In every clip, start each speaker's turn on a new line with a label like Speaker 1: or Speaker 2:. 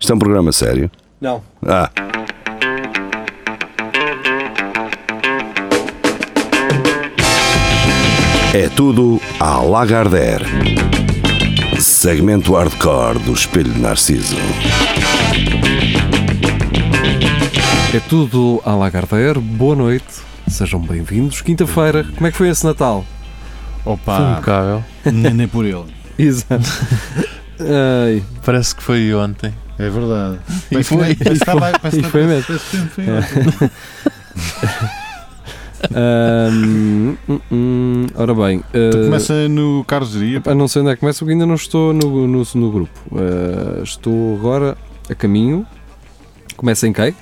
Speaker 1: Isto é um programa sério.
Speaker 2: Não.
Speaker 1: Ah, é tudo à Lagardère. Segmento hardcore do Espelho de Narciso.
Speaker 3: É tudo à Lagardère. Boa noite. Sejam bem-vindos. Quinta-feira. Como é que foi esse Natal?
Speaker 4: Foi
Speaker 5: um
Speaker 4: impecável.
Speaker 5: Nem, nem por ele.
Speaker 3: Exato. Ai,
Speaker 4: Parece que foi ontem.
Speaker 5: É verdade.
Speaker 4: E foi.
Speaker 3: E foi mesmo.
Speaker 5: É.
Speaker 3: ahm, hum, hum. ora bem, ah,
Speaker 5: Tu começa no Carlos Geria.
Speaker 3: a não ser onde é que começa, porque ainda não estou no, no, no grupo. Ah, estou agora a caminho. Começa em quem?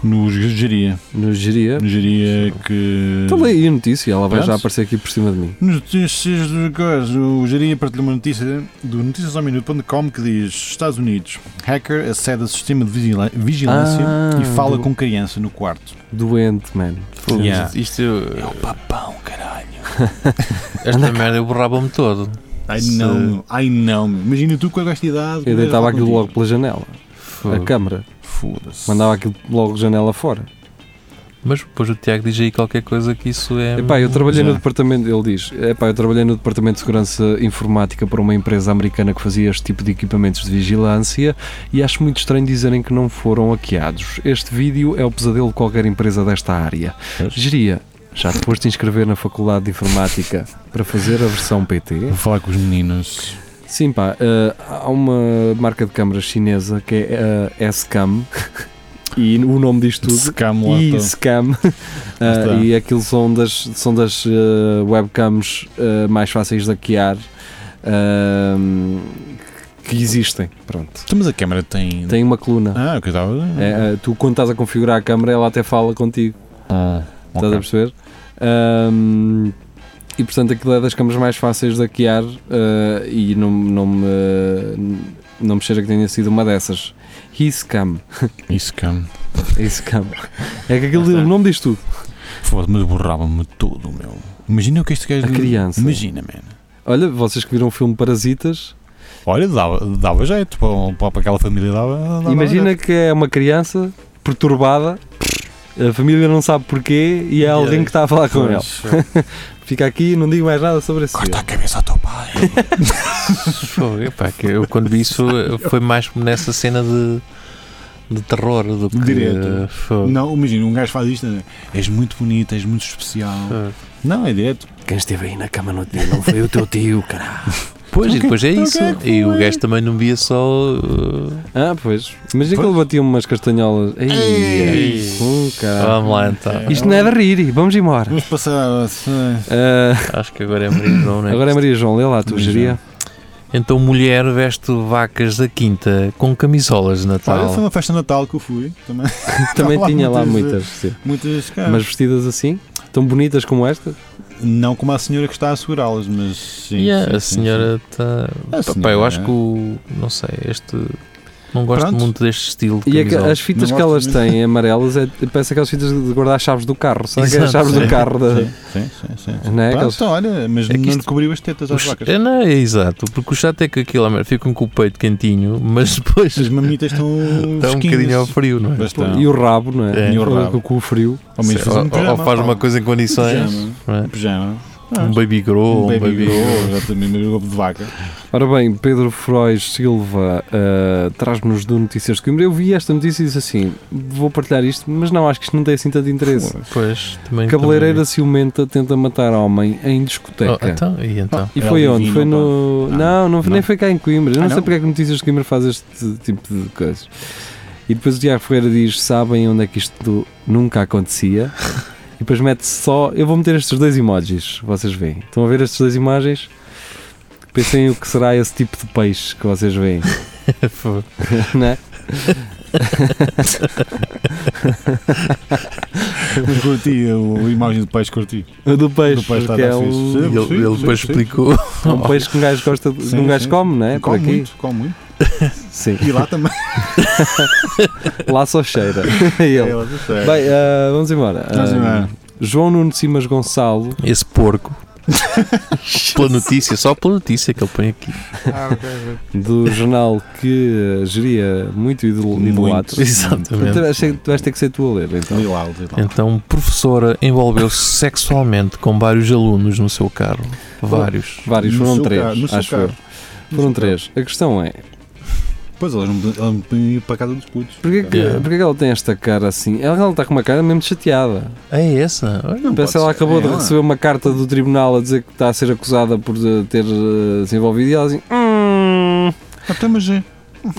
Speaker 5: No Geria.
Speaker 3: No Geria.
Speaker 5: No Geria que.
Speaker 3: Então lê aí a notícia, ela vai já
Speaker 5: Pronto.
Speaker 3: aparecer aqui por cima de mim.
Speaker 5: Notícias do Gás. O Geria partilhou uma notícia do noticiasominuto.com que diz: Estados Unidos. Hacker acede a sistema de vigila- vigilância
Speaker 3: Ah,
Speaker 5: e fala
Speaker 3: do-
Speaker 5: com criança no quarto.
Speaker 3: Doente, mano.
Speaker 4: Fogo.
Speaker 5: Yeah.
Speaker 4: Isto,
Speaker 5: É um papão, caralho.
Speaker 4: esta merda eu borrava-me todo.
Speaker 5: Ai
Speaker 4: Se-
Speaker 5: não, meu. ai não. meu. Imagina tu com a esta idade.
Speaker 3: Eu deitava aquilo
Speaker 5: contigo.
Speaker 3: logo pela janela, a
Speaker 4: Fogo.
Speaker 3: câmara.
Speaker 5: Foda-se.
Speaker 3: Mandava aquilo logo janela fora.
Speaker 4: Mas depois o Tiago diz aí qualquer coisa que isso é.
Speaker 3: Epá, eu trabalhei no
Speaker 5: Já.
Speaker 3: departamento, ele diz, epá, eu trabalhei no departamento de segurança informática para uma empresa americana que fazia este tipo de equipamentos de vigilância e acho muito estranho dizerem que não foram hackeados. Este vídeo é o pesadelo de qualquer empresa desta área. Geria, já te foste inscrever na Faculdade de Informática para fazer a versão PT?
Speaker 5: Vou falar com os meninos.
Speaker 3: Sim, pá, eh, há uma marca de câmaras chinesa que é a Scam e o nome diz tudo
Speaker 5: Secamos lá então.
Speaker 3: e
Speaker 5: todo.
Speaker 3: scam. Ah,
Speaker 5: está.
Speaker 3: e aquilo são das, são das eh, webcams eh, mais fáceis de hackear ah, que existem. Pronto.
Speaker 5: Então, Mas a câmera tem.
Speaker 3: Tem uma coluna.
Speaker 5: Ah, o que eu estava.
Speaker 3: É, ah, tu, quando estás a configurar a câmera, ela até fala contigo. Ah, Estás a perceber? Ahm, e portanto, aquilo é das câmaras mais fáceis de hackear ah, e não, não me. Não me cheira que tenha sido uma dessas. Hiscam.
Speaker 5: Isso que
Speaker 3: Hiscam. É que aquele o nome diz tudo.
Speaker 5: Foda-se, mas borrava-me todo, meu. Imagina o que este gajo.
Speaker 3: A criança.
Speaker 5: Imagina, mano.
Speaker 3: Olha, vocês que viram o filme Parasitas,
Speaker 5: Olha, dava, dava jeito para, para- para aquela família. Dava, dava
Speaker 3: imagina
Speaker 5: jeito.
Speaker 3: que é uma criança perturbada, a família não sabe porquê e é alguém que está a falar com ele. Fica aqui e não digo mais nada sobre esse
Speaker 5: Corta
Speaker 3: filme.
Speaker 5: a cabeça ao teu pai.
Speaker 4: Fogo, epá, que eu quando vi isso foi mais nessa cena de, de terror do que.
Speaker 5: Direto.
Speaker 4: Fogo.
Speaker 5: não, imagina, um gajo faz isto. né? És muito bonito, és muito especial.
Speaker 4: Fogo.
Speaker 5: Não, é direto.
Speaker 3: Quem esteve aí na cama no dia não foi o teu tio, caralho.
Speaker 4: Pois, e
Speaker 5: Então
Speaker 4: depois é
Speaker 5: então
Speaker 4: isso.
Speaker 5: quem é que
Speaker 4: e o
Speaker 5: foi?
Speaker 4: gajo também não via só. uh,
Speaker 3: Ah, pois. Imagina que ele batia umas castanholas. Ei,
Speaker 4: Ei.
Speaker 3: um
Speaker 5: Ah.
Speaker 3: caralho.
Speaker 4: Vamos lá então.
Speaker 3: Isto não é de rir, vamos embora.
Speaker 5: Vamos passar.
Speaker 3: Ah,
Speaker 4: Acho que agora é Maria João, né?
Speaker 3: agora é Maria João, lê lá, tu
Speaker 5: Maria
Speaker 3: geria.
Speaker 4: Então, mulher veste vacas da quinta com camisolas de
Speaker 5: Olha, foi
Speaker 4: Natal.
Speaker 5: uma festa de Natal que eu fui. Também,
Speaker 3: Também
Speaker 5: Tá lá
Speaker 3: tinha lá muitas,
Speaker 5: muitas,
Speaker 3: sim.
Speaker 5: muitas caras.
Speaker 3: Mas vestidas assim, tão bonitas como esta,
Speaker 5: Não como a senhora que está a segurá-las, mas sim.
Speaker 4: E a-
Speaker 5: sim,
Speaker 4: a
Speaker 5: sim,
Speaker 4: senhora está.
Speaker 5: A
Speaker 4: Pá, eu
Speaker 5: senhora.
Speaker 4: acho que o. Não sei, este. Não gosto
Speaker 5: Pronto.
Speaker 4: muito deste estilo. De
Speaker 3: E é que
Speaker 4: camisola.
Speaker 3: as fitas
Speaker 5: Não
Speaker 3: que elas
Speaker 5: gosto
Speaker 3: têm amarelas é, parece aquelas fitas de guardar as chaves do carro. Será que é as
Speaker 4: Exato,
Speaker 3: chaves do
Speaker 4: sim.
Speaker 3: carro? Da...
Speaker 5: Sim, sim, sim. sim, sim.
Speaker 3: Não é?
Speaker 5: Pronto,
Speaker 3: Aqueles-
Speaker 5: então, olha, mas
Speaker 4: É que
Speaker 5: não
Speaker 4: isto-
Speaker 5: lhe cobriu as tetas às
Speaker 4: Os-
Speaker 5: vacas.
Speaker 4: é, não, é exato, porque o chato é que aquilo a merda, fica um com o peito quentinho, mas depois
Speaker 5: As
Speaker 4: está
Speaker 5: mamitas estão.
Speaker 4: um bocadinho ao frio, não é?
Speaker 5: Bastante.
Speaker 3: E o rabo, não é?
Speaker 4: É.
Speaker 5: então. E o rabo.
Speaker 3: Com- Com o frio.
Speaker 5: Ao menos
Speaker 4: Sei,
Speaker 5: fazes um
Speaker 4: ou, ou
Speaker 5: pijama,
Speaker 4: faz
Speaker 5: pá.
Speaker 4: uma coisa em condições,
Speaker 5: Pijama.
Speaker 4: não é?
Speaker 5: Pijama. Ah,
Speaker 4: um baby grow, um baby,
Speaker 5: grow, exatamente, um baby grow de vaca.
Speaker 3: Ora bem, Pedro Frois Silva ah, traz-nos do Notícias de Coimbra. Eu vi esta notícia e disse assim: vou partilhar isto, mas não, acho que isto não tem assim tanto interesse.
Speaker 4: Pois, também.
Speaker 5: Então,
Speaker 3: Cabeleireira ciumenta tenta matar homem em
Speaker 4: também.
Speaker 3: discoteca.
Speaker 4: Oh, então, e então?
Speaker 3: Ah, E
Speaker 5: Era
Speaker 3: foi
Speaker 5: um
Speaker 3: onde?
Speaker 5: vinho,
Speaker 3: Foi
Speaker 5: pá.
Speaker 3: no. Não, não, nem
Speaker 5: Não.
Speaker 3: foi cá em Coimbra. Eu não
Speaker 5: Ah,
Speaker 3: sei
Speaker 5: não?
Speaker 3: porque é que Notícias de Coimbra faz este tipo de coisas. E depois o Tiago Ferreira diz: Sabem onde é que isto nunca acontecia? e depois mete só. Eu vou meter estes dois emojis, vocês veem. Estão a ver estes dois imagens? Pensem o que será esse tipo de peixe que vocês veem,
Speaker 4: Fogo.
Speaker 3: não é?
Speaker 5: Mas curti a a imagem do peixe, curti.
Speaker 3: O do peixe,
Speaker 5: Do peixe está
Speaker 3: porque
Speaker 5: a
Speaker 3: é
Speaker 5: dar fixe.
Speaker 3: um,
Speaker 5: Sim.
Speaker 4: E ele, ele depois
Speaker 5: sim, sim.
Speaker 4: explicou.
Speaker 3: é um peixe que um gajo gosta, de- que um
Speaker 5: Sim,
Speaker 3: gajo
Speaker 5: sim.
Speaker 3: come, não é? Por
Speaker 5: Come
Speaker 3: aqui.
Speaker 5: muito, come muito.
Speaker 3: Sim,
Speaker 5: E lá também.
Speaker 3: lá só cheira. E ele.
Speaker 5: Ela, é. não sei.
Speaker 3: Bem, ah, vamos embora.
Speaker 5: Vamos
Speaker 3: Ah,
Speaker 5: embora.
Speaker 3: João Nuno Simas Gonçalo
Speaker 4: Esse porco. pela notícia, só pela notícia que ele põe aqui.
Speaker 2: Ah, ok.
Speaker 3: do jornal que eh, geria muito idol-
Speaker 5: Muito.
Speaker 3: idolatro.
Speaker 4: Exatamente.
Speaker 3: Tu vais ter- tu vais ter Então, que ser tu a ler, então.
Speaker 5: Li lá, li lá.
Speaker 4: Então, professora envolveu-se sexualmente com vários alunos no seu carro. Vários.
Speaker 3: Vários,
Speaker 5: No
Speaker 3: foram
Speaker 5: seu
Speaker 3: três,
Speaker 5: carro, no seu
Speaker 3: acho eu.
Speaker 5: carro.
Speaker 3: Foram três. A questão é,
Speaker 5: Pois elas não elas não podiam ir para a casa dos putos.
Speaker 3: porquê que,
Speaker 5: É.
Speaker 4: Yeah.
Speaker 3: porquê que ela tem esta cara assim? Ela, ela está com uma cara mesmo chateada.
Speaker 4: É essa? Olha,
Speaker 3: Parece que
Speaker 5: pode
Speaker 3: ela
Speaker 5: ser.
Speaker 3: acabou
Speaker 5: É
Speaker 3: de
Speaker 5: ela.
Speaker 3: receber uma carta do tribunal a dizer que está a ser acusada por eh, ter eh, se envolvido e ela assim, hum,
Speaker 5: Até mas eh,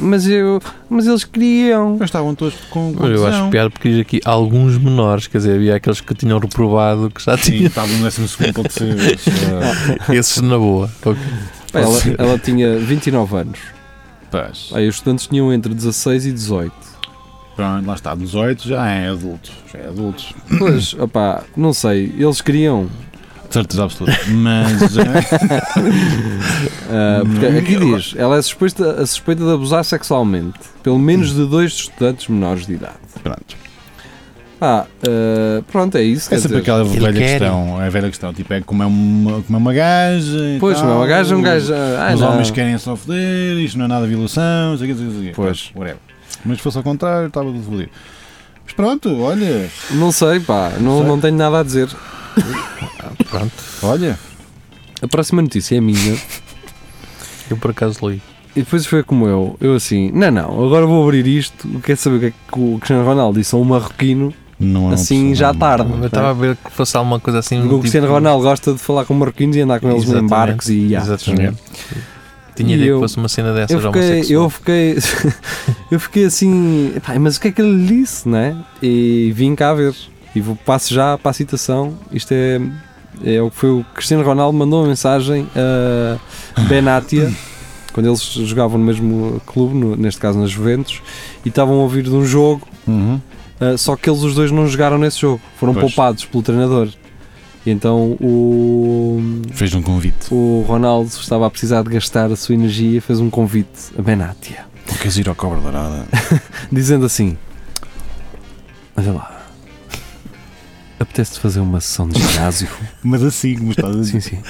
Speaker 3: mas eu, mas eles queriam.
Speaker 5: eles estavam todos com
Speaker 4: Olha, eu acho
Speaker 5: confusão.
Speaker 4: piada porque diz aqui alguns menores, quer dizer, havia aqueles que tinham reprovado que já
Speaker 5: Sim,
Speaker 4: tinham
Speaker 5: estavam no 12 pode ser. é.
Speaker 4: esses na boa. Ok.
Speaker 3: Pá, ela, ela tinha 29 anos.
Speaker 5: Paz.
Speaker 3: Aí os estudantes tinham entre 16 e 18.
Speaker 5: Pronto, lá está, 18 já é adulto. Já é adulto.
Speaker 3: Pois, opá, não sei, eles queriam.
Speaker 5: De certeza absoluta. Mas. eh,
Speaker 3: ah, porque
Speaker 5: Hum.
Speaker 3: aqui diz, ela é suspeita, a suspeita de abusar sexualmente, pelo menos de dois estudantes menores de idade.
Speaker 5: pronto.
Speaker 3: Ah, ah, pronto, é isso. quer
Speaker 5: É sempre
Speaker 3: dizer.
Speaker 5: aquela velha
Speaker 4: quer.
Speaker 5: questão. É a velha questão. Tipo, é como é uma, como é uma gaja. e
Speaker 3: Pois,
Speaker 5: tal,
Speaker 3: não é uma gaja, um gajo. ah,
Speaker 5: Os
Speaker 3: não.
Speaker 5: homens querem só foder, isto não é nada de violação, não sei o que, não sei o quê.
Speaker 3: Pois.
Speaker 5: whatever. Mas se fosse ao contrário, estava tudo fodido. Mas pronto, olha,
Speaker 3: Não sei, pá, não,
Speaker 5: Sei.
Speaker 3: não tenho nada a dizer.
Speaker 5: olha.
Speaker 3: A próxima notícia é minha.
Speaker 4: Eu por acaso li.
Speaker 3: E depois foi como eu, eu assim, não, não, agora vou abrir isto, quero saber o que é que o Cristiano Ronaldo disse a um marroquino,
Speaker 5: Não é uma
Speaker 3: assim
Speaker 5: pessoa
Speaker 3: já
Speaker 5: normal.
Speaker 3: tarde.
Speaker 4: Eu estava a ver que fosse alguma coisa assim.
Speaker 3: Porque o Cristiano
Speaker 4: tipo-
Speaker 3: Ronaldo gosta de falar com marroquinos e andar com eles em
Speaker 4: Exatamente,
Speaker 3: barcos e ah, iates.
Speaker 4: Exatamente. Tinha
Speaker 3: E
Speaker 4: ideia
Speaker 3: eu-
Speaker 4: que fosse uma cena dessas
Speaker 3: Eu fiquei,
Speaker 4: homossexual.
Speaker 3: eu fiquei, eu fiquei assim, "Pá, mas o que é que ele disse, né? E vim cá ver. E vou, passo já para a citação. Isto é, é o que foi o Cristiano Ronaldo mandou uma mensagem a Benatia quando eles jogavam no mesmo clube, no- neste caso na Juventus, e estavam a ouvir de um jogo.
Speaker 5: Uhum.
Speaker 3: ah, só que eles os dois não jogaram nesse jogo, foram
Speaker 5: Pois.
Speaker 3: poupados pelo treinador. E então o
Speaker 5: Fez um convite.
Speaker 3: o Ronaldo estava a precisar de gastar a sua energia e fez um convite a Benatia,
Speaker 5: Tu queres ir ao cobra dourada?
Speaker 3: dizendo assim: Olha lá, apetece-te fazer uma sessão de ginásio?
Speaker 5: Mas assim, como estás a
Speaker 3: sim,
Speaker 5: dizer.
Speaker 3: sim.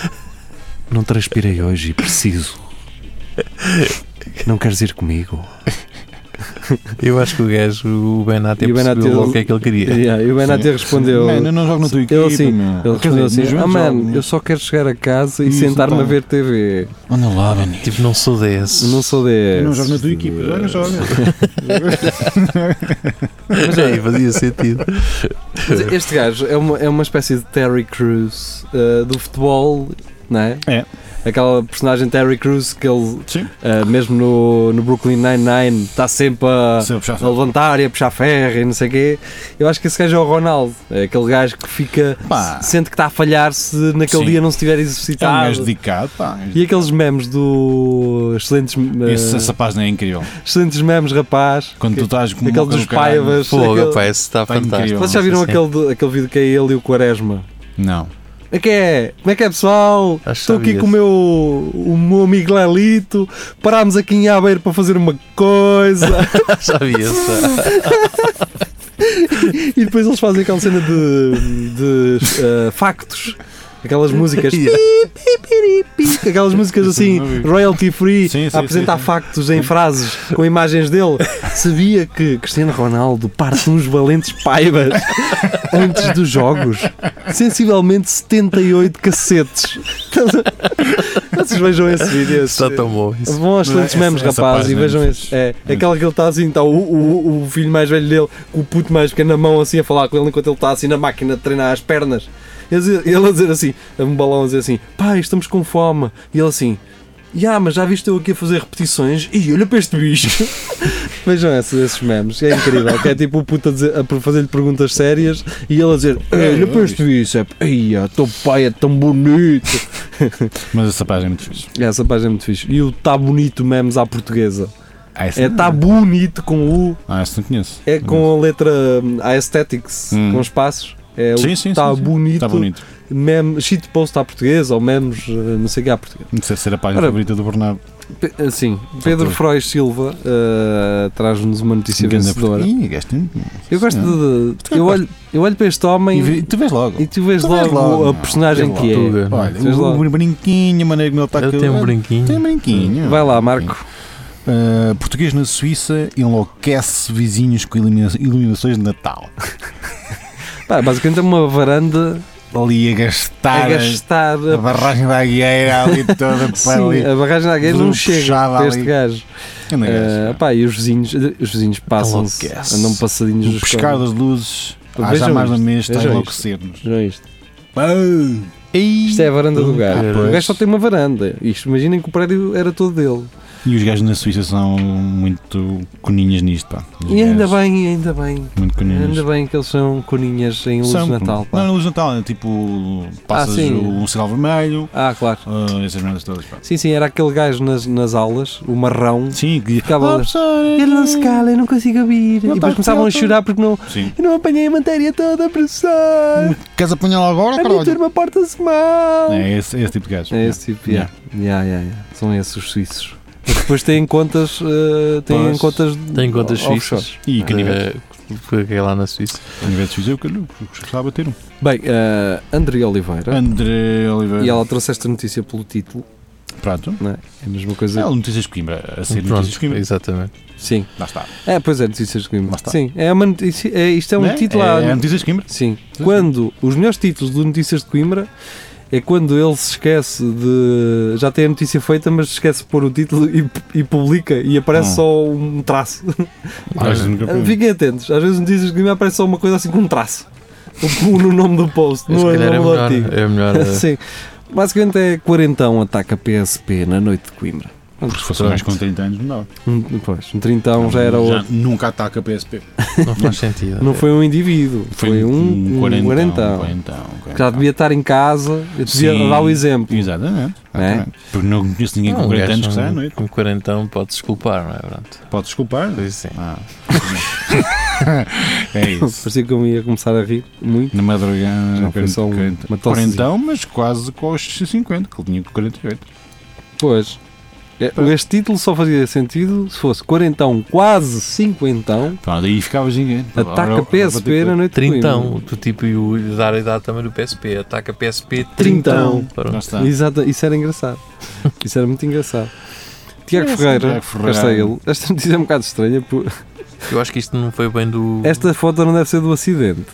Speaker 3: Não transpirei hoje e preciso. Não queres ir comigo?
Speaker 4: Eu acho que o gajo, o Benat,
Speaker 3: E o
Speaker 4: percebeu
Speaker 3: Benatia-
Speaker 4: logo o que é que ele queria.
Speaker 3: Yeah, e o Benatia respondeu.
Speaker 5: Man, eu não jogo na tua
Speaker 3: Ele
Speaker 5: equipa.
Speaker 3: assim,
Speaker 5: meu.
Speaker 3: Ele
Speaker 5: Quer dizer,
Speaker 3: respondeu assim:
Speaker 5: nos
Speaker 3: Ah,
Speaker 5: meus
Speaker 3: mano,
Speaker 5: jogos.
Speaker 3: eu só quero chegar a casa e
Speaker 5: Isso,
Speaker 3: sentar-me a
Speaker 5: então.
Speaker 3: ver TV.
Speaker 5: Anda lá, Benito.
Speaker 4: Tipo, não sou desse.
Speaker 3: Não sou desse.
Speaker 5: Eu não jogo na tua equipa. Joga, joga.
Speaker 4: Mas aí fazia sentido.
Speaker 3: Mas Este gajo é uma, é uma espécie de Terry Crews uh, do futebol, não é?
Speaker 5: É.
Speaker 3: Aquela personagem Terry Crews que ele,
Speaker 5: Sim.
Speaker 3: uh, mesmo no, no Brooklyn Nine-Nine, está sempre a,
Speaker 5: Sempre já
Speaker 3: a levantar e a puxar ferro e não sei o quê. Eu acho que esse gajo é o Ronaldo. É aquele gajo que fica.
Speaker 5: Pá.
Speaker 3: sente que está a falhar se naquele
Speaker 5: Sim.
Speaker 3: dia não se tiver
Speaker 5: É um
Speaker 3: exercitado.
Speaker 5: gajo dedicado, pá.
Speaker 3: e aqueles memes do. Excelentes, uh,
Speaker 5: Esse- Essa página é incrível.
Speaker 3: excelentes memes, rapaz.
Speaker 5: Quando tu
Speaker 3: Que-
Speaker 5: estás com
Speaker 3: aquele dos paivas.
Speaker 4: Fogo,
Speaker 3: aquele-
Speaker 4: pá, esse está
Speaker 5: Está
Speaker 4: fantástico.
Speaker 5: incrível.
Speaker 3: Vocês já viram aquele, do- aquele vídeo que é ele e o Quaresma?
Speaker 5: Não.
Speaker 3: Como é que é? Como é que é, pessoal?
Speaker 4: Acho que
Speaker 3: Estou aqui
Speaker 4: sabia.
Speaker 3: com o meu, o meu amigo Lelito. Parámos aqui em Aveiro para fazer uma coisa.
Speaker 4: Sabia, sabia.
Speaker 3: e depois eles fazem aquela cena de, de eh, factos. Aquelas músicas.
Speaker 4: Yeah.
Speaker 3: pi, pi, piri, pi, aquelas músicas assim,
Speaker 5: Isso não vi.
Speaker 3: royalty free,
Speaker 5: Sim, sim,
Speaker 3: a apresentar
Speaker 5: sim, sim.
Speaker 3: factos em frases com imagens dele. Sabia que Cristiano Ronaldo parte uns valentes paivas antes dos jogos. Sensivelmente 78 cacetes. Vocês vejam esse vídeo. esse-
Speaker 4: Está tão bom. Isso.
Speaker 3: Vão aos excelentes
Speaker 5: Essa-
Speaker 3: memes,
Speaker 5: essa
Speaker 3: rapaz, e
Speaker 5: página é
Speaker 3: vejam
Speaker 5: muito
Speaker 3: esse. É, aquela que ele está assim, está o, o, o filho mais velho dele, com o puto mais pequeno na mão, assim, a falar com ele, enquanto ele está assim na máquina de treinar as pernas. Ele, diz- ele a dizer assim, a um balão a dizer assim, pai, estamos com fome. E ele assim, já, mas já viste eu aqui a fazer repetições? E olha para este bicho. vejam esse- esses memes, é incrível. Que é tipo o puto a, dizer- a fazer-lhe perguntas sérias e ele a dizer, "Ei, olha para este bíceps, ia, teu pai é tão bonito.
Speaker 5: Mas essa página é muito fixe.
Speaker 3: Essa página é muito fixe. E o tá bonito memes à portuguesa.
Speaker 5: Ah, essa
Speaker 3: É
Speaker 5: não.
Speaker 3: tá bonito com U,
Speaker 5: Ah, essa não conheço.
Speaker 3: é com a letra hum, aesthetics,
Speaker 5: Hum.
Speaker 3: com espaços. É
Speaker 5: Sim,
Speaker 3: o
Speaker 5: sim,
Speaker 3: tá
Speaker 5: sim, sim.
Speaker 3: bonito,
Speaker 5: Está bonito.
Speaker 3: Meme, shitpost à portuguesa ou memes, eh, não sei o que à portuguesa.
Speaker 5: Não sei se era a página
Speaker 3: Ora-
Speaker 5: favorita do Bernardo.
Speaker 3: Pe- Assim, Pedro
Speaker 5: Doutor.
Speaker 3: Frois Silva eh, traz-nos uma notícia vencedora.
Speaker 5: Ih, gaste-
Speaker 3: Eu gosto de. de- eu, olho, eu olho para este
Speaker 5: E
Speaker 3: homem
Speaker 5: vi- tu vês logo.
Speaker 3: e tu vês
Speaker 5: Tu vês
Speaker 3: logo,
Speaker 5: logo,
Speaker 3: a
Speaker 5: não,
Speaker 3: personagem
Speaker 5: vês
Speaker 3: que
Speaker 4: logo.
Speaker 3: é. tá
Speaker 4: Tu
Speaker 5: Olha,
Speaker 3: Vês logo.
Speaker 5: o brinquinho, a maneira como ele está
Speaker 4: Ele tem um brinquinho.
Speaker 5: Tem um brinquinho.
Speaker 3: Vai lá, Marco.
Speaker 5: Uh, português na Suíça enlouquece vizinhos com ilumina- iluminações de Natal.
Speaker 3: Pá, basicamente é uma varanda
Speaker 5: Ali a
Speaker 3: a
Speaker 5: gastar a-
Speaker 3: gastar
Speaker 5: a
Speaker 3: a.
Speaker 5: barragem da Agueira ali toda para
Speaker 3: Sim, é.
Speaker 5: ali.
Speaker 3: a barragem da guerra não
Speaker 5: Tudo um
Speaker 3: chega
Speaker 5: puxado
Speaker 3: para este
Speaker 5: ali.
Speaker 3: gajo.
Speaker 5: Que não é
Speaker 3: Eh,
Speaker 5: gajo,
Speaker 3: pá, e os vizinhos, os vizinhos passam-se,
Speaker 4: Enlouquece.
Speaker 3: andam passadinhos
Speaker 5: não. O
Speaker 3: dos
Speaker 5: pescar das luzes, há já
Speaker 3: Vejam
Speaker 5: mais de um
Speaker 3: isto,
Speaker 5: mês, está a
Speaker 3: vejam
Speaker 5: enlouquecer-nos.
Speaker 3: Vejam é isto. Isto
Speaker 5: E
Speaker 3: é a varanda do gajo.
Speaker 4: Ah,
Speaker 3: o
Speaker 4: pois.
Speaker 3: gajo só tem uma varanda. Isto, imaginem que o prédio era todo dele.
Speaker 5: os gajos na Suíça são muito coninhas nisto, pá. Os
Speaker 3: E ainda
Speaker 5: gajos,
Speaker 3: bem, ainda bem.
Speaker 5: Muito coninhas.
Speaker 3: Ainda bem que eles são coninhas em luz
Speaker 5: São-
Speaker 3: de Natal. pá.
Speaker 5: Não, na luz de Natal, é tipo, passas
Speaker 3: sim.
Speaker 5: o- um sinal vermelho,
Speaker 3: Ah, claro.
Speaker 5: ah, essas merdas todas, pá.
Speaker 3: Sim, sim, era aquele gajo nas, nas aulas, o marrão.
Speaker 5: Sim, que
Speaker 3: Ficava-
Speaker 5: Ah, professor,
Speaker 3: Ele não se cala, eu não consigo ouvir.
Speaker 5: Não
Speaker 3: e
Speaker 5: tá
Speaker 3: depois começavam a
Speaker 5: certo.
Speaker 3: chorar porque não,
Speaker 5: Sim.
Speaker 3: eu não apanhei a matéria toda, professor.
Speaker 5: Queres apanhá-lo agora,
Speaker 3: A minha turma porta-se mal.
Speaker 5: É esse, é esse tipo de gajo.
Speaker 3: É esse tipo, yeah. Yeah, yeah, yeah. são esses os suíços. Mas depois têm contas, eh, têm
Speaker 5: Pois.
Speaker 3: contas,
Speaker 4: Tem contas
Speaker 3: offshore.
Speaker 4: suíças.
Speaker 3: um
Speaker 5: E
Speaker 3: É.
Speaker 5: canivete.
Speaker 4: que é lá na Suíça.
Speaker 5: Canivete suíço, eu que- eu gostava de ter um.
Speaker 3: Bem, eh, André Oliveira,
Speaker 5: André Oliveira.
Speaker 3: e ela trouxe esta notícia pelo título,
Speaker 5: Pronto.
Speaker 3: não é? É a mesma coisa.
Speaker 5: É o Notícias de Coimbra, a ser Notícias de
Speaker 4: Pronto,
Speaker 3: é
Speaker 5: Coimbra.
Speaker 4: exatamente.
Speaker 3: Sim.
Speaker 5: Lá está.
Speaker 3: É, pois é, notícias de Coimbra.
Speaker 5: Lá está.
Speaker 3: Sim, é uma notícia, é, isto é um
Speaker 5: Né?
Speaker 3: título à-
Speaker 5: É, é Notícias de Coimbra.
Speaker 3: Sim. Quando os melhores títulos de notícias de Coimbra é quando ele se esquece de. Já tem a notícia feita, mas se esquece de pôr o título e, e publica e aparece
Speaker 5: Hum.
Speaker 3: só um traço.
Speaker 5: Mas nunca
Speaker 3: Ah,
Speaker 5: fui.
Speaker 3: Fiquem atentos, às vezes notícias de Coimbra aparece só uma coisa assim com um traço. O- No nome do post,
Speaker 4: Mas
Speaker 3: no
Speaker 4: se calhar
Speaker 3: nome
Speaker 4: é
Speaker 3: do
Speaker 4: melhor.
Speaker 3: artigo.
Speaker 4: É melhor eh,
Speaker 3: Sim. Basicamente é Quarentão ataca PSP na noite de Coimbra.
Speaker 5: Porque se fosse mais com 30 anos, não dava.
Speaker 3: Um- Pois, um trintão já era outro.
Speaker 5: Nunca ataca PSP.
Speaker 4: não faz sentido.
Speaker 3: Não foi um indivíduo, foi, um, um quarentão.
Speaker 5: quarentão.
Speaker 3: Que já devia estar em casa, eu te devia
Speaker 5: Sim.
Speaker 3: dar o exemplo.
Speaker 5: Exatamente.
Speaker 3: Né?
Speaker 5: Exatamente. Porque não conheço ninguém
Speaker 4: Não,
Speaker 5: com
Speaker 4: um
Speaker 5: 40
Speaker 4: gajo
Speaker 5: anos que sai à
Speaker 3: é
Speaker 4: com-
Speaker 5: noite.
Speaker 4: Com 40 anos pode desculpar, não é? Pronto.
Speaker 5: Pode desculpar.
Speaker 4: Pois sim.
Speaker 5: Ah. é isso.
Speaker 3: Parecia que eu ia começar a rir muito.
Speaker 5: Na madrugada,
Speaker 3: Não, foi só um-
Speaker 5: 40,
Speaker 3: uma tossezinha.
Speaker 5: 40, mas quase com os 50, que ele tinha com 48.
Speaker 3: Pois. É, Este título só fazia sentido se fosse quarentão, quase cinquentão,
Speaker 5: Pronto, aí ficavas ninguém.
Speaker 3: ataca PSP na noite de Coimbra.
Speaker 4: Trintão, do tipo e o dar a idade também do PSP. Ataca PSP,
Speaker 3: Trintão.
Speaker 4: trintão.
Speaker 5: Lá
Speaker 4: Pronto.
Speaker 5: está.
Speaker 3: Exato, isso era engraçado. Isso era muito engraçado. Tiago
Speaker 5: Esse
Speaker 3: Ferreira,
Speaker 5: Tiago Ferreira.
Speaker 3: esta é ele. Esta notícia é um bocado estranha. por-
Speaker 4: Eu acho que isto não foi bem do.
Speaker 3: Esta foto não deve ser do acidente.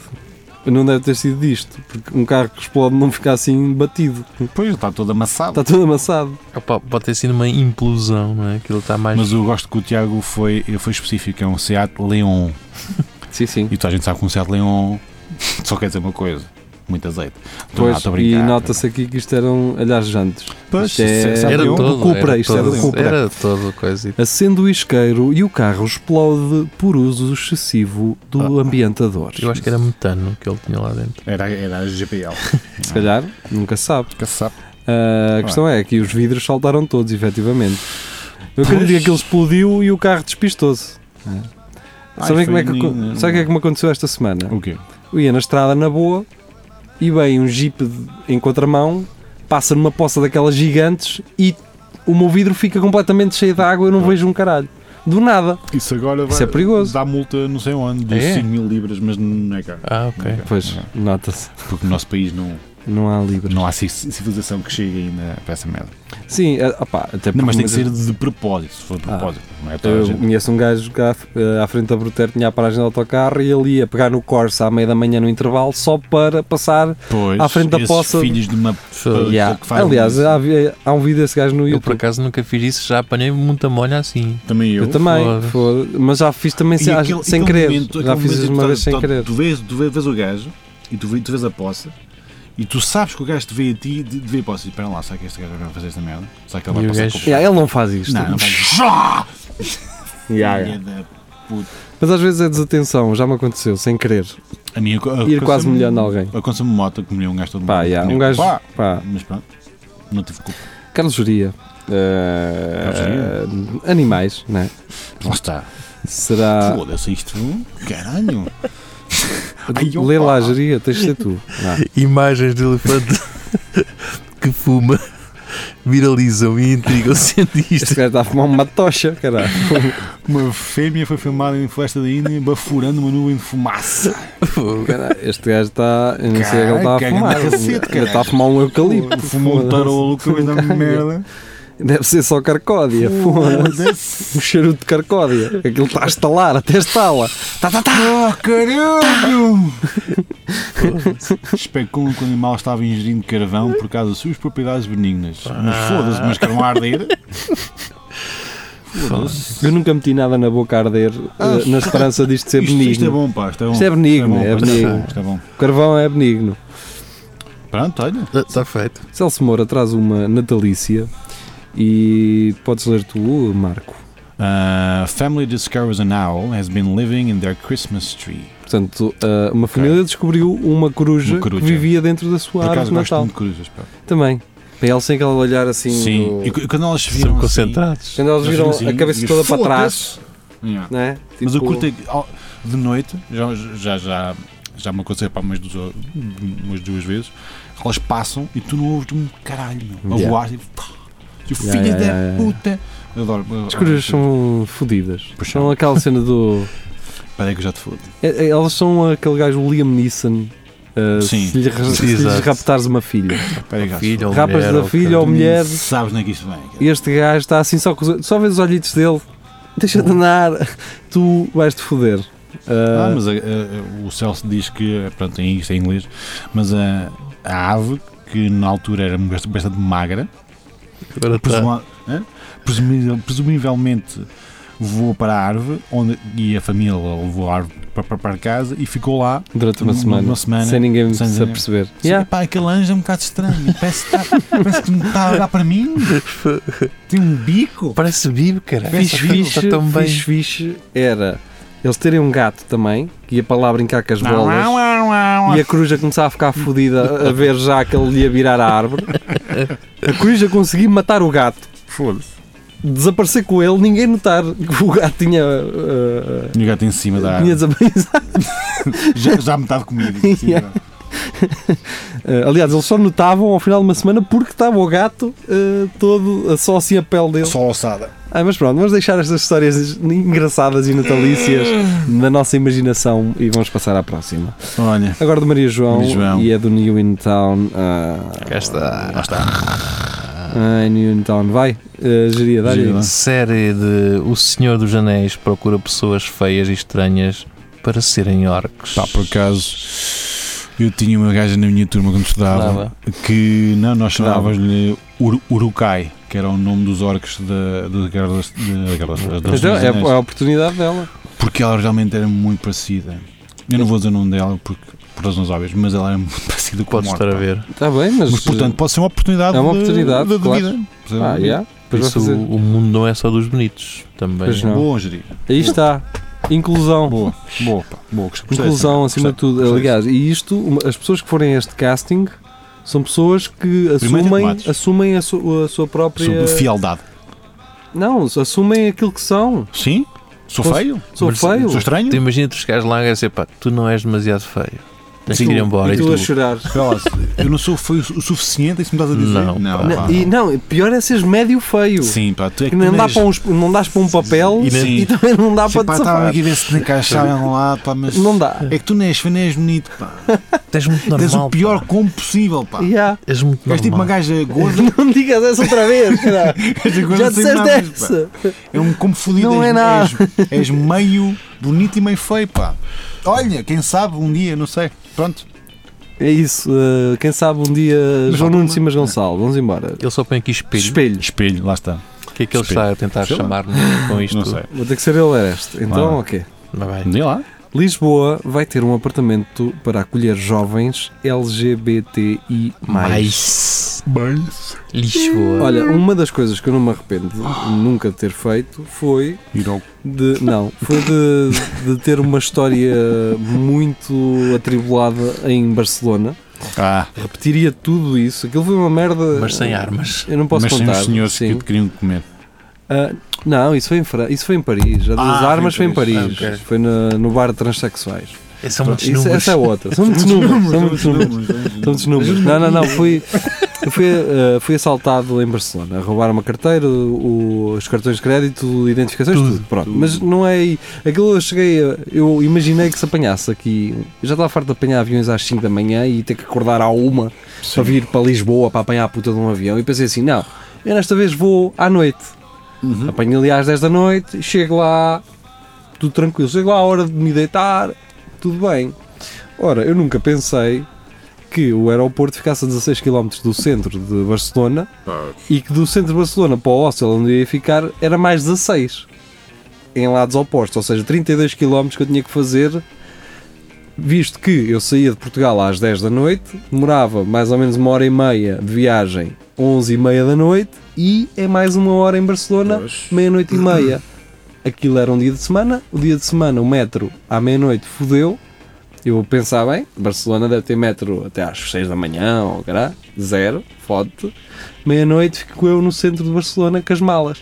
Speaker 3: Não deve ter sido disto, porque um carro que explode não fica assim batido.
Speaker 5: Pois, está todo amassado.
Speaker 3: Está todo amassado.
Speaker 4: Opa, pode ter sido uma implosão, não é? Aquilo está mais.
Speaker 5: Mas eu gosto que o Tiago foi, ele foi específico, é um Seat Leon.
Speaker 3: Sim, sim.
Speaker 5: E toda a gente sabe que um Seat Leon só quer dizer uma coisa. Muito azeite. Tô-
Speaker 3: Pois,
Speaker 5: ah, tô a
Speaker 3: e
Speaker 5: brincar.
Speaker 3: nota-se aqui que isto um eram, aliás, jantes.
Speaker 5: Pois,
Speaker 3: isto é-
Speaker 5: Seat
Speaker 3: era
Speaker 5: Leon.
Speaker 3: todo. do Cupra,
Speaker 4: era
Speaker 3: isto é do
Speaker 4: todo-
Speaker 3: Cupra.
Speaker 4: Era todo coisa. e-
Speaker 3: Acende o isqueiro e o carro explode por uso excessivo do ambientador.
Speaker 4: Eu acho que era metano que ele tinha lá dentro.
Speaker 5: Era, era a GPL.
Speaker 3: Se calhar, nunca se sabe.
Speaker 5: Caçap.
Speaker 3: Ah, a questão é que os vidros saltaram todos, efetivamente. Eu acredito que ele explodiu e o carro despistou-se. É.
Speaker 5: Ai,
Speaker 3: Sabem como
Speaker 5: foi
Speaker 3: é que,
Speaker 5: nem-
Speaker 3: aco- sabe o que é que me aconteceu esta semana?
Speaker 5: O quê?
Speaker 3: Eu ia na estrada na boa e veio um jeep de- em contramão, passa numa poça daquelas gigantes e o meu vidro fica completamente cheio de água eu não vejo um caralho. Do nada.
Speaker 5: Isso agora vai
Speaker 3: Isso é perigoso.
Speaker 5: dá multa não sei onde, de
Speaker 4: É?
Speaker 5: 5 mil libras, mas não é cá.
Speaker 4: Ah, ok.
Speaker 3: Pois, nota-se.
Speaker 5: Porque no nosso país não,
Speaker 3: Não há livros.
Speaker 5: não há ci- civilização que chegue ainda para essa merda.
Speaker 3: Sim, ah, opá, até porque
Speaker 5: Não, mas tem que
Speaker 3: eu-
Speaker 5: ser de propósito, se for de propósito. Não é toda a
Speaker 3: Eu
Speaker 5: gente.
Speaker 3: conheço um gajo que à, eh, à frente da Bruter tinha a paragem do autocarro e ele ia pegar no Corsa à meia da manhã no intervalo só para passar.
Speaker 5: Pois,
Speaker 3: à frente da
Speaker 5: esses
Speaker 3: poça-
Speaker 5: filhos de uma.
Speaker 4: Só-
Speaker 5: Pois,
Speaker 3: Yeah.
Speaker 5: é que faz
Speaker 3: Aliás,
Speaker 5: isso.
Speaker 3: há, vi- há um vídeo desse gajo no
Speaker 4: Eu por
Speaker 3: YouTube.
Speaker 4: acaso nunca fiz isso, já apanhei muita molha assim.
Speaker 5: Também eu.
Speaker 3: Eu, também,
Speaker 4: Foda-se.
Speaker 3: foda- mas já fiz também
Speaker 5: E
Speaker 3: sem,
Speaker 5: aquele-
Speaker 3: sem
Speaker 5: aquele
Speaker 3: querer.
Speaker 5: momento-
Speaker 3: já
Speaker 5: aquele
Speaker 3: fiz
Speaker 5: momento em que
Speaker 3: uma
Speaker 5: tu
Speaker 3: vez
Speaker 5: tá-
Speaker 3: sem
Speaker 5: tá-
Speaker 3: querer.
Speaker 5: Tu vês, tu vês, vês o gajo e tu, vê- tu vês a poça e tu sabes que o gajo te vê a ti e te te vê a poça. E espera lá, será que este gajo vai fazer esta merda? Será que ele vai
Speaker 4: E o
Speaker 5: passar
Speaker 4: gajo-
Speaker 5: com-
Speaker 3: Yeah, ele não faz isto.
Speaker 5: Não, não faz isso.
Speaker 3: Yeah, yeah.
Speaker 5: Filha da puta.
Speaker 3: Mas às vezes é desatenção, já me aconteceu, sem querer.
Speaker 5: A minha,
Speaker 3: Ir é quase molhando alguém.
Speaker 5: Aconteceu-me moto que molhou um gajo todo
Speaker 3: Pá,
Speaker 5: molhado.
Speaker 3: yeah, um
Speaker 5: Molhou.
Speaker 3: gajo.
Speaker 5: Pá!
Speaker 3: pá.
Speaker 5: Mas pronto, não tive culpa.
Speaker 3: Carlos Juria. eh,
Speaker 5: Carlos
Speaker 3: animais, né?
Speaker 5: Lá está.
Speaker 3: Será.
Speaker 5: Foda-se isto. Caralho. Ai,
Speaker 3: Lê lá,
Speaker 5: opa.
Speaker 3: Juria, tens de ser tu. Vá.
Speaker 4: Imagens de elefante que fuma. viralizam e intrigam
Speaker 3: Este
Speaker 4: cientistas.
Speaker 3: gajo está a fumar uma tocha, caralho.
Speaker 5: Uma fêmea foi filmada em floresta da Índia bafurando uma nuvem de fumaça.
Speaker 4: Fogo.
Speaker 3: Caralho, Este gajo está. Eu não sei o que ele está a
Speaker 5: Caralho, que
Speaker 3: fumar.
Speaker 5: grande cacete,
Speaker 3: Ele
Speaker 5: caralho.
Speaker 3: está a fumar um eucalipto.
Speaker 5: Fumou um tarolo que da merda.
Speaker 3: Deve ser só carcódia. Foda-se.
Speaker 5: Foda-se.
Speaker 3: Um charuto de carcódia. Aquilo está a estalar, até estala. Tá, tá, tá.
Speaker 5: Oh, caralho! Especulam que o animal estava ingerindo carvão por causa das suas propriedades benignas.
Speaker 3: Ah.
Speaker 5: Mas foda-se, mas carvão a arder. Foda-se.
Speaker 3: Eu nunca meti nada na boca a arder
Speaker 5: Ah,
Speaker 3: eh, na esperança disto ser
Speaker 5: Isto, isto é
Speaker 3: benigno.
Speaker 5: bom, pá. Isto é bom.
Speaker 3: Isto é benigno,
Speaker 5: Isto
Speaker 3: é
Speaker 5: bom, pá, isto
Speaker 3: benigno.
Speaker 5: bom, Isto é bom.
Speaker 3: O carvão é benigno.
Speaker 5: Pronto, olha.
Speaker 4: Está Tá feito.
Speaker 3: Celso Moura traz uma natalícia e podes ler tu, Marco.
Speaker 5: A Uh, family discovers an owl has been living in their Christmas tree.
Speaker 3: Portanto, eh, uma família descobriu uma coruja,
Speaker 5: Uma coruja.
Speaker 3: que vivia dentro da sua
Speaker 5: Por
Speaker 3: árvore
Speaker 5: acaso
Speaker 3: de
Speaker 5: gosto
Speaker 3: Natal.
Speaker 5: muito de corujas, pá.
Speaker 3: Também. Para ele sem aquele olhar assim.
Speaker 5: Sim.
Speaker 3: do-
Speaker 5: E cu- quando elas se viram
Speaker 4: São
Speaker 5: assim,
Speaker 4: concentrados.
Speaker 3: Quando eles
Speaker 5: elas
Speaker 3: viram
Speaker 5: viram assim,
Speaker 3: a cabeça
Speaker 5: e
Speaker 3: toda para
Speaker 5: foda-se.
Speaker 3: trás,
Speaker 5: Yeah.
Speaker 3: não é?
Speaker 5: Mas eu
Speaker 3: Tipo,
Speaker 5: curto é que, ó, de noite, já, já, já, já me aconteceu para umas duas, umas duas vezes, elas passam e tu não ouves um caralho, meu. A
Speaker 3: Yeah.
Speaker 5: voar, tipo, pá, tipo,
Speaker 3: Yeah,
Speaker 5: filha
Speaker 3: yeah,
Speaker 5: da
Speaker 3: yeah, yeah.
Speaker 5: puta. Eu adoro. eu-
Speaker 3: As corujas
Speaker 5: eu-
Speaker 3: são fodidas.
Speaker 5: Pois
Speaker 3: São
Speaker 5: são.
Speaker 3: aquela cena do.
Speaker 5: Espera aí que eu já te fodo.
Speaker 3: É, é, Elas são aquele gajo o Liam Neeson. uh,
Speaker 5: Sim.
Speaker 3: se lhe, ra- se lhes
Speaker 4: Exato.
Speaker 3: raptares uma filha,
Speaker 5: Espera aí que já te
Speaker 4: Filho
Speaker 5: fodo.
Speaker 4: ou
Speaker 3: rapas
Speaker 4: mulher
Speaker 3: da
Speaker 4: ou
Speaker 3: filha ou
Speaker 5: Tu nem
Speaker 3: mulher.
Speaker 5: Sabes nem que isto vem. cara.
Speaker 3: Este gajo está assim só com os, Só vês os olhitos dele, deixa-te andar, tu vais-te foder.
Speaker 5: Ah,
Speaker 3: Uh,
Speaker 5: mas a- a- a- o Celso diz que, pronto, em- isto é em inglês, mas a, a ave, que na altura era bastante bastante magra,
Speaker 4: Agora tá.
Speaker 5: presuma- hã? Presumível- presumivelmente voou para a árvore onde, e a família levou a árvore para, para, para casa e ficou lá.
Speaker 3: durante uma
Speaker 5: uma-
Speaker 3: semana,
Speaker 5: uma semana,
Speaker 3: sem ninguém
Speaker 5: sem
Speaker 3: se
Speaker 5: ninguém.
Speaker 3: aperceber.
Speaker 5: Yeah.
Speaker 3: Yeah.
Speaker 5: Epá, aquele anjo é um bocado estranho. Parece que, está, parece que me está a olhar para mim. Tem um bico.
Speaker 4: Parece vivo, cara.
Speaker 3: Fixe,
Speaker 4: Parece vivo,
Speaker 3: fixe,
Speaker 4: está tão bem.
Speaker 3: fixe, fixe era eles terem um gato também, que ia para lá brincar com as bolas. E a coruja começava a ficar fodida a ver já que ele ia virar a árvore. A coruja conseguiu matar o gato,
Speaker 5: Foda-se.
Speaker 3: desaparecer com ele, ninguém notar que o gato tinha. ah,
Speaker 5: E o gato em cima da
Speaker 3: ah, tinha
Speaker 5: árvore.
Speaker 3: desaparecido.
Speaker 5: Já, já metade comigo.
Speaker 3: Yeah. Ah, aliás, eles só notavam ao final de uma semana porque estava o gato ah, todo, ah, só assim a pele dele.
Speaker 5: Só ossada.
Speaker 3: Ah, mas pronto, vamos deixar estas histórias engraçadas e natalícias
Speaker 5: Hum.
Speaker 3: na nossa imaginação e vamos passar à próxima.
Speaker 5: Olha,
Speaker 3: Agora do Maria João,
Speaker 5: Maria João.
Speaker 3: e é do New In Town. ah,
Speaker 4: Cá está.
Speaker 5: lá está.
Speaker 3: ah, New In Town, vai, ah, geria, dá-lhe.
Speaker 5: Geria,
Speaker 3: aí.
Speaker 5: dá.
Speaker 4: Série de O Senhor dos Anéis procura pessoas feias e estranhas para serem orcs.
Speaker 5: Pá, por acaso, eu tinha uma gaja na minha turma quando estudava
Speaker 4: Dava.
Speaker 5: que, não, nós
Speaker 3: dava.
Speaker 5: chamávamos-lhe Ur- Urukai, que era o nome dos orcs da, da Guerra das, da Guerra das, das dos
Speaker 3: Então, é
Speaker 5: Anéis.
Speaker 3: a oportunidade dela.
Speaker 5: Porque ela realmente era muito parecida. Eu não vou dizer o nome dela porque, por razões óbvias, mas ela era muito parecida com
Speaker 4: Podes
Speaker 5: a
Speaker 4: estar a ver.
Speaker 3: Está Tá bem, mas.
Speaker 5: Mas, portanto, pode ser uma oportunidade
Speaker 3: É uma
Speaker 5: de-
Speaker 3: oportunidade,
Speaker 5: de, de
Speaker 3: claro.
Speaker 5: vida. Pode ser uma
Speaker 3: Ah,
Speaker 5: vida.
Speaker 3: yeah,
Speaker 4: Por
Speaker 3: depois vai
Speaker 4: isso
Speaker 3: fazer.
Speaker 4: o mundo não é só dos bonitos. Também.
Speaker 3: Pois não.
Speaker 5: Boa, Jeri.
Speaker 3: Aí está. Inclusão.
Speaker 5: Boa, boa, pá. boa. Gostei, gostei
Speaker 3: Inclusão,
Speaker 5: dessa.
Speaker 3: acima de
Speaker 5: Gostei.
Speaker 3: tudo.
Speaker 5: Gostei
Speaker 3: Aliás, e isto, uma- as pessoas que forem a este casting são pessoas que
Speaker 5: Primeiro tem
Speaker 3: assumem,
Speaker 5: tomates.
Speaker 3: assumem a, su- a sua própria.
Speaker 5: Sobre fialdade.
Speaker 3: Não, assumem aquilo que são.
Speaker 5: Sim? Sou
Speaker 3: Posso-
Speaker 5: feio?
Speaker 3: Sou
Speaker 4: Mas-
Speaker 3: feio.
Speaker 5: Sou estranho?
Speaker 4: Tu imagina tu chegares lá e dizer, pá, tu não és demasiado feio. Tens
Speaker 5: Sim.
Speaker 4: que ir embora.
Speaker 3: e tu a chorar.
Speaker 5: Espera lá, Eu não sou feio o suficiente, é isso que me estás a dizer?
Speaker 4: Não,
Speaker 5: não,
Speaker 4: pá.
Speaker 5: Ah, pá,
Speaker 3: Não, e não, pior é seres médio feio.
Speaker 5: Sim, pá, tu é
Speaker 3: Que
Speaker 5: que
Speaker 3: não,
Speaker 5: tu
Speaker 3: dá
Speaker 5: és-
Speaker 3: para uns, não dás para um papel
Speaker 5: E nem-
Speaker 3: e, também não dá
Speaker 5: Sim,
Speaker 3: para
Speaker 5: pá,
Speaker 3: te
Speaker 5: estava
Speaker 3: safar.
Speaker 5: aqui a ver se te encaixavam lá, pá, mas.
Speaker 3: Não dá.
Speaker 5: É que tu nem és feio, nem és bonito, pá.
Speaker 4: Tens muito normal.
Speaker 5: Tens o pior
Speaker 4: pá.
Speaker 5: como possível, pá.
Speaker 3: Yeah.
Speaker 4: És muito
Speaker 5: És tipo uma
Speaker 4: normal.
Speaker 5: gaja gorda.
Speaker 3: Não digas essa outra vez, caralho.
Speaker 5: gaja gorda
Speaker 3: Já
Speaker 5: sem
Speaker 3: disseste
Speaker 5: nada, pá.
Speaker 3: essa.
Speaker 5: É um confundido.
Speaker 3: Não
Speaker 5: és,
Speaker 3: é nada.
Speaker 5: És, és meio bonito e meio feio, pá. Olha, quem sabe um dia, não sei. Pronto.
Speaker 3: É isso. uh, quem sabe um dia. João
Speaker 5: falta
Speaker 3: Nuno
Speaker 5: uma.
Speaker 3: Simas Gonçalo. Vamos embora.
Speaker 4: Ele só põe aqui espelho.
Speaker 3: Espelho.
Speaker 5: é Espelho, lá está.
Speaker 4: O que é que ele
Speaker 5: Espelho.
Speaker 4: está a tentar
Speaker 5: Sei lá.
Speaker 4: chamar-nos com isto?
Speaker 5: Não sei.
Speaker 3: Vou ter que ser ele este. Então,
Speaker 5: Ah.
Speaker 3: ok.
Speaker 4: Mas vai.
Speaker 5: Dê lá.
Speaker 3: Lisboa vai ter um apartamento para acolher jovens LGBTI.
Speaker 4: Mais. Lisboa.
Speaker 3: Olha, uma das coisas que eu não me arrependo de nunca ter feito foi
Speaker 5: Ir ao
Speaker 3: de. Não, foi de, de ter uma história muito atribulada em Barcelona.
Speaker 5: Ah,
Speaker 3: Repetiria tudo isso. Aquilo foi uma merda.
Speaker 4: Mas sem armas.
Speaker 3: Eu não posso
Speaker 5: mas sem
Speaker 3: contar.
Speaker 5: os senhores
Speaker 3: Sim.
Speaker 5: que te queriam comer.
Speaker 3: Ah, não, isso foi em, Fra... isso foi em Paris. A das
Speaker 5: Ah, foi em
Speaker 3: armas foi em Paris.
Speaker 4: Paris. Ah, ok.
Speaker 3: Foi na- no bar de transexuais.
Speaker 4: Esses São muitos
Speaker 5: é-
Speaker 3: Isso,
Speaker 4: um
Speaker 3: é
Speaker 4: números.
Speaker 3: essa é outra. São muitos números. São muitos números. São muitos números. Não, não, não. Fui, Eu fui, eh, fui assaltado em Barcelona, roubaram uma carteira, o- os cartões de crédito, identificações, tudo. Pronto. Mas não é. aí. Aquilo eu cheguei. a- Eu imaginei que se apanhasse aqui. Eu já estava farto de apanhar aviões às 5 da manhã e ter que acordar à 1 para vir para Lisboa para apanhar a puta de um avião. E pensei assim: não, eu nesta vez vou à noite. Apanho ali às 10 da noite, chego lá, tudo tranquilo. Chego lá à hora de me deitar, tudo bem. Ora, eu nunca pensei que o aeroporto ficasse a 16 km do centro de Barcelona e que do centro de Barcelona para o hostel onde eu ia ficar era mais 16 em lados opostos, ou seja, 32 km que eu tinha que fazer visto que eu saía de Portugal às 10 da noite, demorava mais ou menos uma hora e meia de viagem 11 e meia da noite e é mais uma hora em Barcelona
Speaker 5: Pois.
Speaker 3: meia-noite e meia aquilo era um dia de semana, o dia de semana o metro à meia-noite fodeu eu pensava, bem, Barcelona deve ter metro até às 6 da manhã, ou cará, zero, fode-te. Meia-noite fico eu no centro de Barcelona com as malas.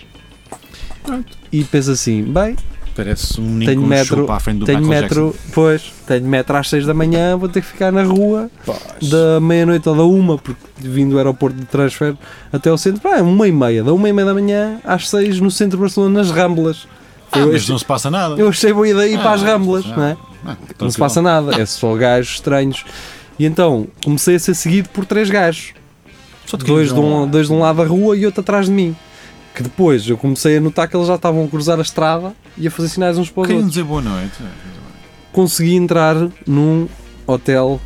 Speaker 3: E penso assim, bem,
Speaker 5: Parece um ninho
Speaker 3: Tenho
Speaker 5: com um
Speaker 3: metro-
Speaker 5: chupa à frente do
Speaker 3: tenho
Speaker 5: Michael
Speaker 3: metro, pois, tenho metro às 6 da manhã, vou ter que ficar na rua
Speaker 5: Jackson.
Speaker 3: da meia-noite ou da uma, porque vim do aeroporto de transfer até ao centro, pá, é uma e meia, da uma e meia da manhã às 6 no centro de Barcelona, nas Ramblas.
Speaker 5: Ah,
Speaker 3: eu,
Speaker 5: mas
Speaker 3: achei,
Speaker 5: não se passa nada.
Speaker 3: eu achei boa ideia ir para as
Speaker 5: Ah,
Speaker 3: Ramblas,
Speaker 5: não.
Speaker 3: não é?
Speaker 5: Ah,
Speaker 3: Não se
Speaker 5: tranquilo.
Speaker 3: passa nada, é só gajos estranhos. E então comecei a ser seguido por três gajos:
Speaker 5: Só te
Speaker 3: dois de,
Speaker 5: queria dizer
Speaker 3: um, dois de um lado da rua e outro atrás de mim. Que depois eu comecei a notar que eles já estavam a cruzar a estrada e a fazer sinais uns para os
Speaker 5: Queria
Speaker 3: outros.
Speaker 5: dizer boa noite.
Speaker 3: Consegui entrar num hotel,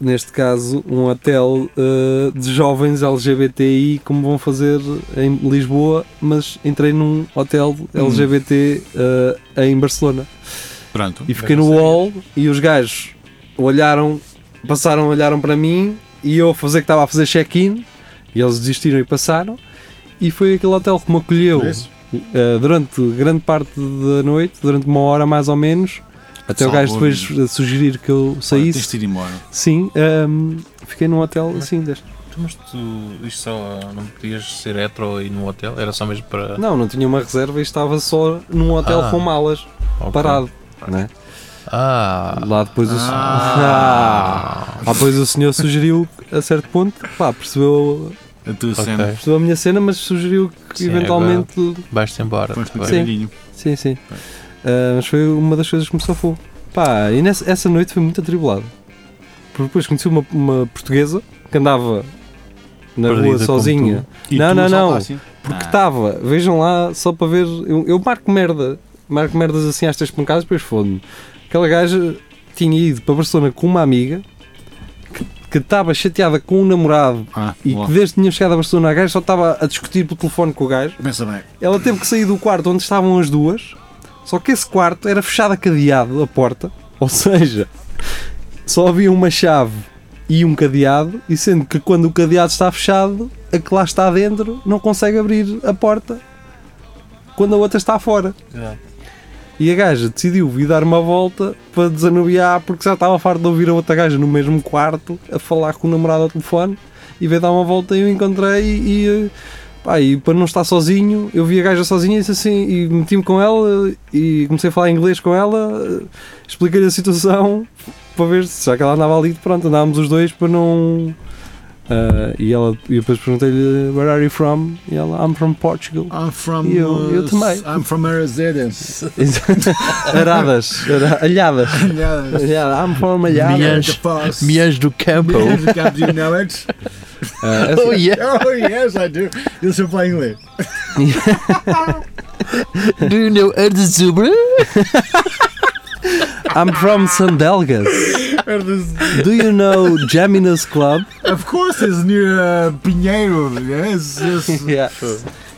Speaker 3: neste caso, um hotel eh, de jovens LGBTI, como vão fazer em Lisboa, mas entrei num hotel
Speaker 5: Hum.
Speaker 3: LGBT eh, em Barcelona.
Speaker 5: Pronto.
Speaker 3: E fiquei no wall e os gajos olharam, passaram, olharam para mim e eu a fazer que estava a fazer check-in e eles desistiram e passaram. E foi aquele hotel que me acolheu eh, durante grande parte da noite, durante uma hora mais ou menos, até o
Speaker 5: Salvou
Speaker 3: gajo
Speaker 5: a
Speaker 3: depois
Speaker 5: vida.
Speaker 3: eh, sugerir que eu
Speaker 5: Olha, Tens
Speaker 3: saísse.
Speaker 5: de ir embora.
Speaker 3: Sim, ehm, fiquei num hotel assim deste.
Speaker 4: Então, Mas tu, isto só ah, não podias ser hetero e num hotel? Era só mesmo para.
Speaker 3: Não, não tinha uma reserva e estava só num hotel
Speaker 4: Ah.
Speaker 3: com malas,
Speaker 4: Ok.
Speaker 3: parado. Né?
Speaker 4: Ah,
Speaker 3: Lá depois o Ah. senhor.
Speaker 5: Ah,
Speaker 3: Lá depois o senhor sugeriu a certo ponto, pá, percebeu,
Speaker 5: A tua cena.
Speaker 3: percebeu a minha cena, mas sugeriu que
Speaker 4: Sim, é
Speaker 3: eventualmente.
Speaker 4: vais-te embora.
Speaker 5: Foste com o
Speaker 4: Vai.
Speaker 3: Sim.
Speaker 5: caralhinho.
Speaker 3: Sim, sim. Ah, mas foi uma das coisas que me safou. Pá, e nessa, essa noite foi muito atribulado. Porque depois conheci uma, uma portuguesa que andava na
Speaker 4: Perdida
Speaker 3: rua
Speaker 4: como
Speaker 3: sozinha.
Speaker 5: E
Speaker 3: Não,
Speaker 5: tu
Speaker 3: não, não.
Speaker 5: assaltaste?
Speaker 3: Porque tá-
Speaker 5: Ah.
Speaker 3: estava, vejam lá, só para ver. Eu, eu marco merda, marco merdas assim às três pancadas, depois foda-me. Aquela gaja tinha ido para Barcelona com uma amiga que- que estava chateada com um namorado
Speaker 5: Ah,
Speaker 3: e
Speaker 5: boa.
Speaker 3: que desde que tinha chegado a Barcelona a gaja só estava a discutir pelo telefone com o gajo.
Speaker 5: Pensa bem.
Speaker 3: Ela teve que sair do quarto onde estavam as duas, só que esse quarto era fechado a cadeado, a porta, ou seja, só havia uma chave e um cadeado, e sendo que quando o cadeado está fechado, a que lá está dentro não consegue abrir a porta quando a outra está fora. E a gaja decidiu vir dar uma volta para desanuviar porque já estava farto de ouvir a outra gaja no mesmo quarto a falar com o namorado ao telefone e veio dar uma volta e eu encontrei e, eh, pá, e para não estar sozinho, eu vi a gaja sozinha e disse assim, e meti-me com ela e comecei a falar inglês com ela, eh, expliquei-lhe a situação para ver se já que ela andava ali, pronto, andávamos os dois para não. ah, e ela e eu depois perguntei-lhe Where are you from? E ela, I'm from Portugal.
Speaker 5: I'm from.
Speaker 3: E eu- eu
Speaker 5: uh,
Speaker 3: também.
Speaker 5: I'm from Arizona.
Speaker 3: Aradas, ara- alhadas. Alhada, I'm from alhada.
Speaker 4: Milhares. Milhas do campo.
Speaker 5: you know it?
Speaker 3: Ah, essa-
Speaker 4: Oh yeah,
Speaker 5: Oh, yes, I do. Eu sei falar inglês.
Speaker 4: do you know Erdzubra?
Speaker 3: I'm from Sandelgas. Do you know Geminas Club?
Speaker 5: Of course, it's near uh, Pinheiro. Yes, yes.
Speaker 3: Yeah.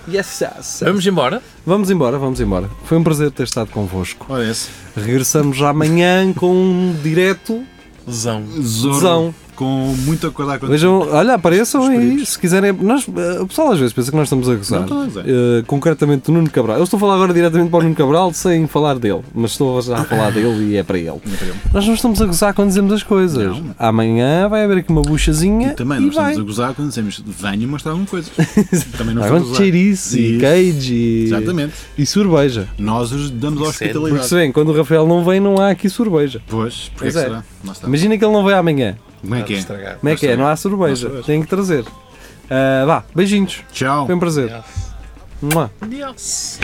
Speaker 3: Yes, yes.
Speaker 4: Vamos embora?
Speaker 3: Vamos embora, vamos embora. Foi um prazer ter estado convosco.
Speaker 5: Olha esse.
Speaker 3: Regressamos amanhã com um direto
Speaker 4: Lesão.
Speaker 5: Zorro.
Speaker 3: tesão.
Speaker 5: Com muita coisa a acontecer.
Speaker 3: Vejam, olha, apareçam aí, se quiserem. Nós, eh, o pessoal às vezes pensa que nós estamos a gozar.
Speaker 5: Não estou a gozar.
Speaker 3: Eh, concretamente do Nuno Cabral. Eu estou a falar agora diretamente para o Nuno Cabral sem falar dele, mas estou já a falar dele e é para ele. Nós não estamos a gozar quando dizemos as coisas. Amanhã vai haver aqui uma buchazinha.
Speaker 5: é, E também
Speaker 3: e
Speaker 5: nós
Speaker 3: vai.
Speaker 5: estamos a gozar quando dizemos venho mostrar alguma coisa. também não
Speaker 3: Há
Speaker 5: estamos a
Speaker 3: quanto
Speaker 5: gozar.
Speaker 3: cheirice, e
Speaker 5: Isso.
Speaker 3: cage e,
Speaker 5: Exatamente.
Speaker 3: e sorveja.
Speaker 5: Nós os damos a
Speaker 4: Isso é-
Speaker 3: Porque se
Speaker 5: hospitalidade.
Speaker 3: bem, quando o Rafael não vem, não há aqui sorveja.
Speaker 5: Pois, porque
Speaker 3: Pois
Speaker 5: é que
Speaker 3: é.
Speaker 5: será? Nós estamos.
Speaker 3: Imagina que ele não vem amanhã.
Speaker 5: Como é que é?
Speaker 3: Como é que é? Não há sorveja.
Speaker 5: Não há sorveja.
Speaker 3: Tem que trazer. Ah, vá, beijinhos.
Speaker 5: Tchau.
Speaker 3: Foi um prazer. Mua.
Speaker 4: Yes.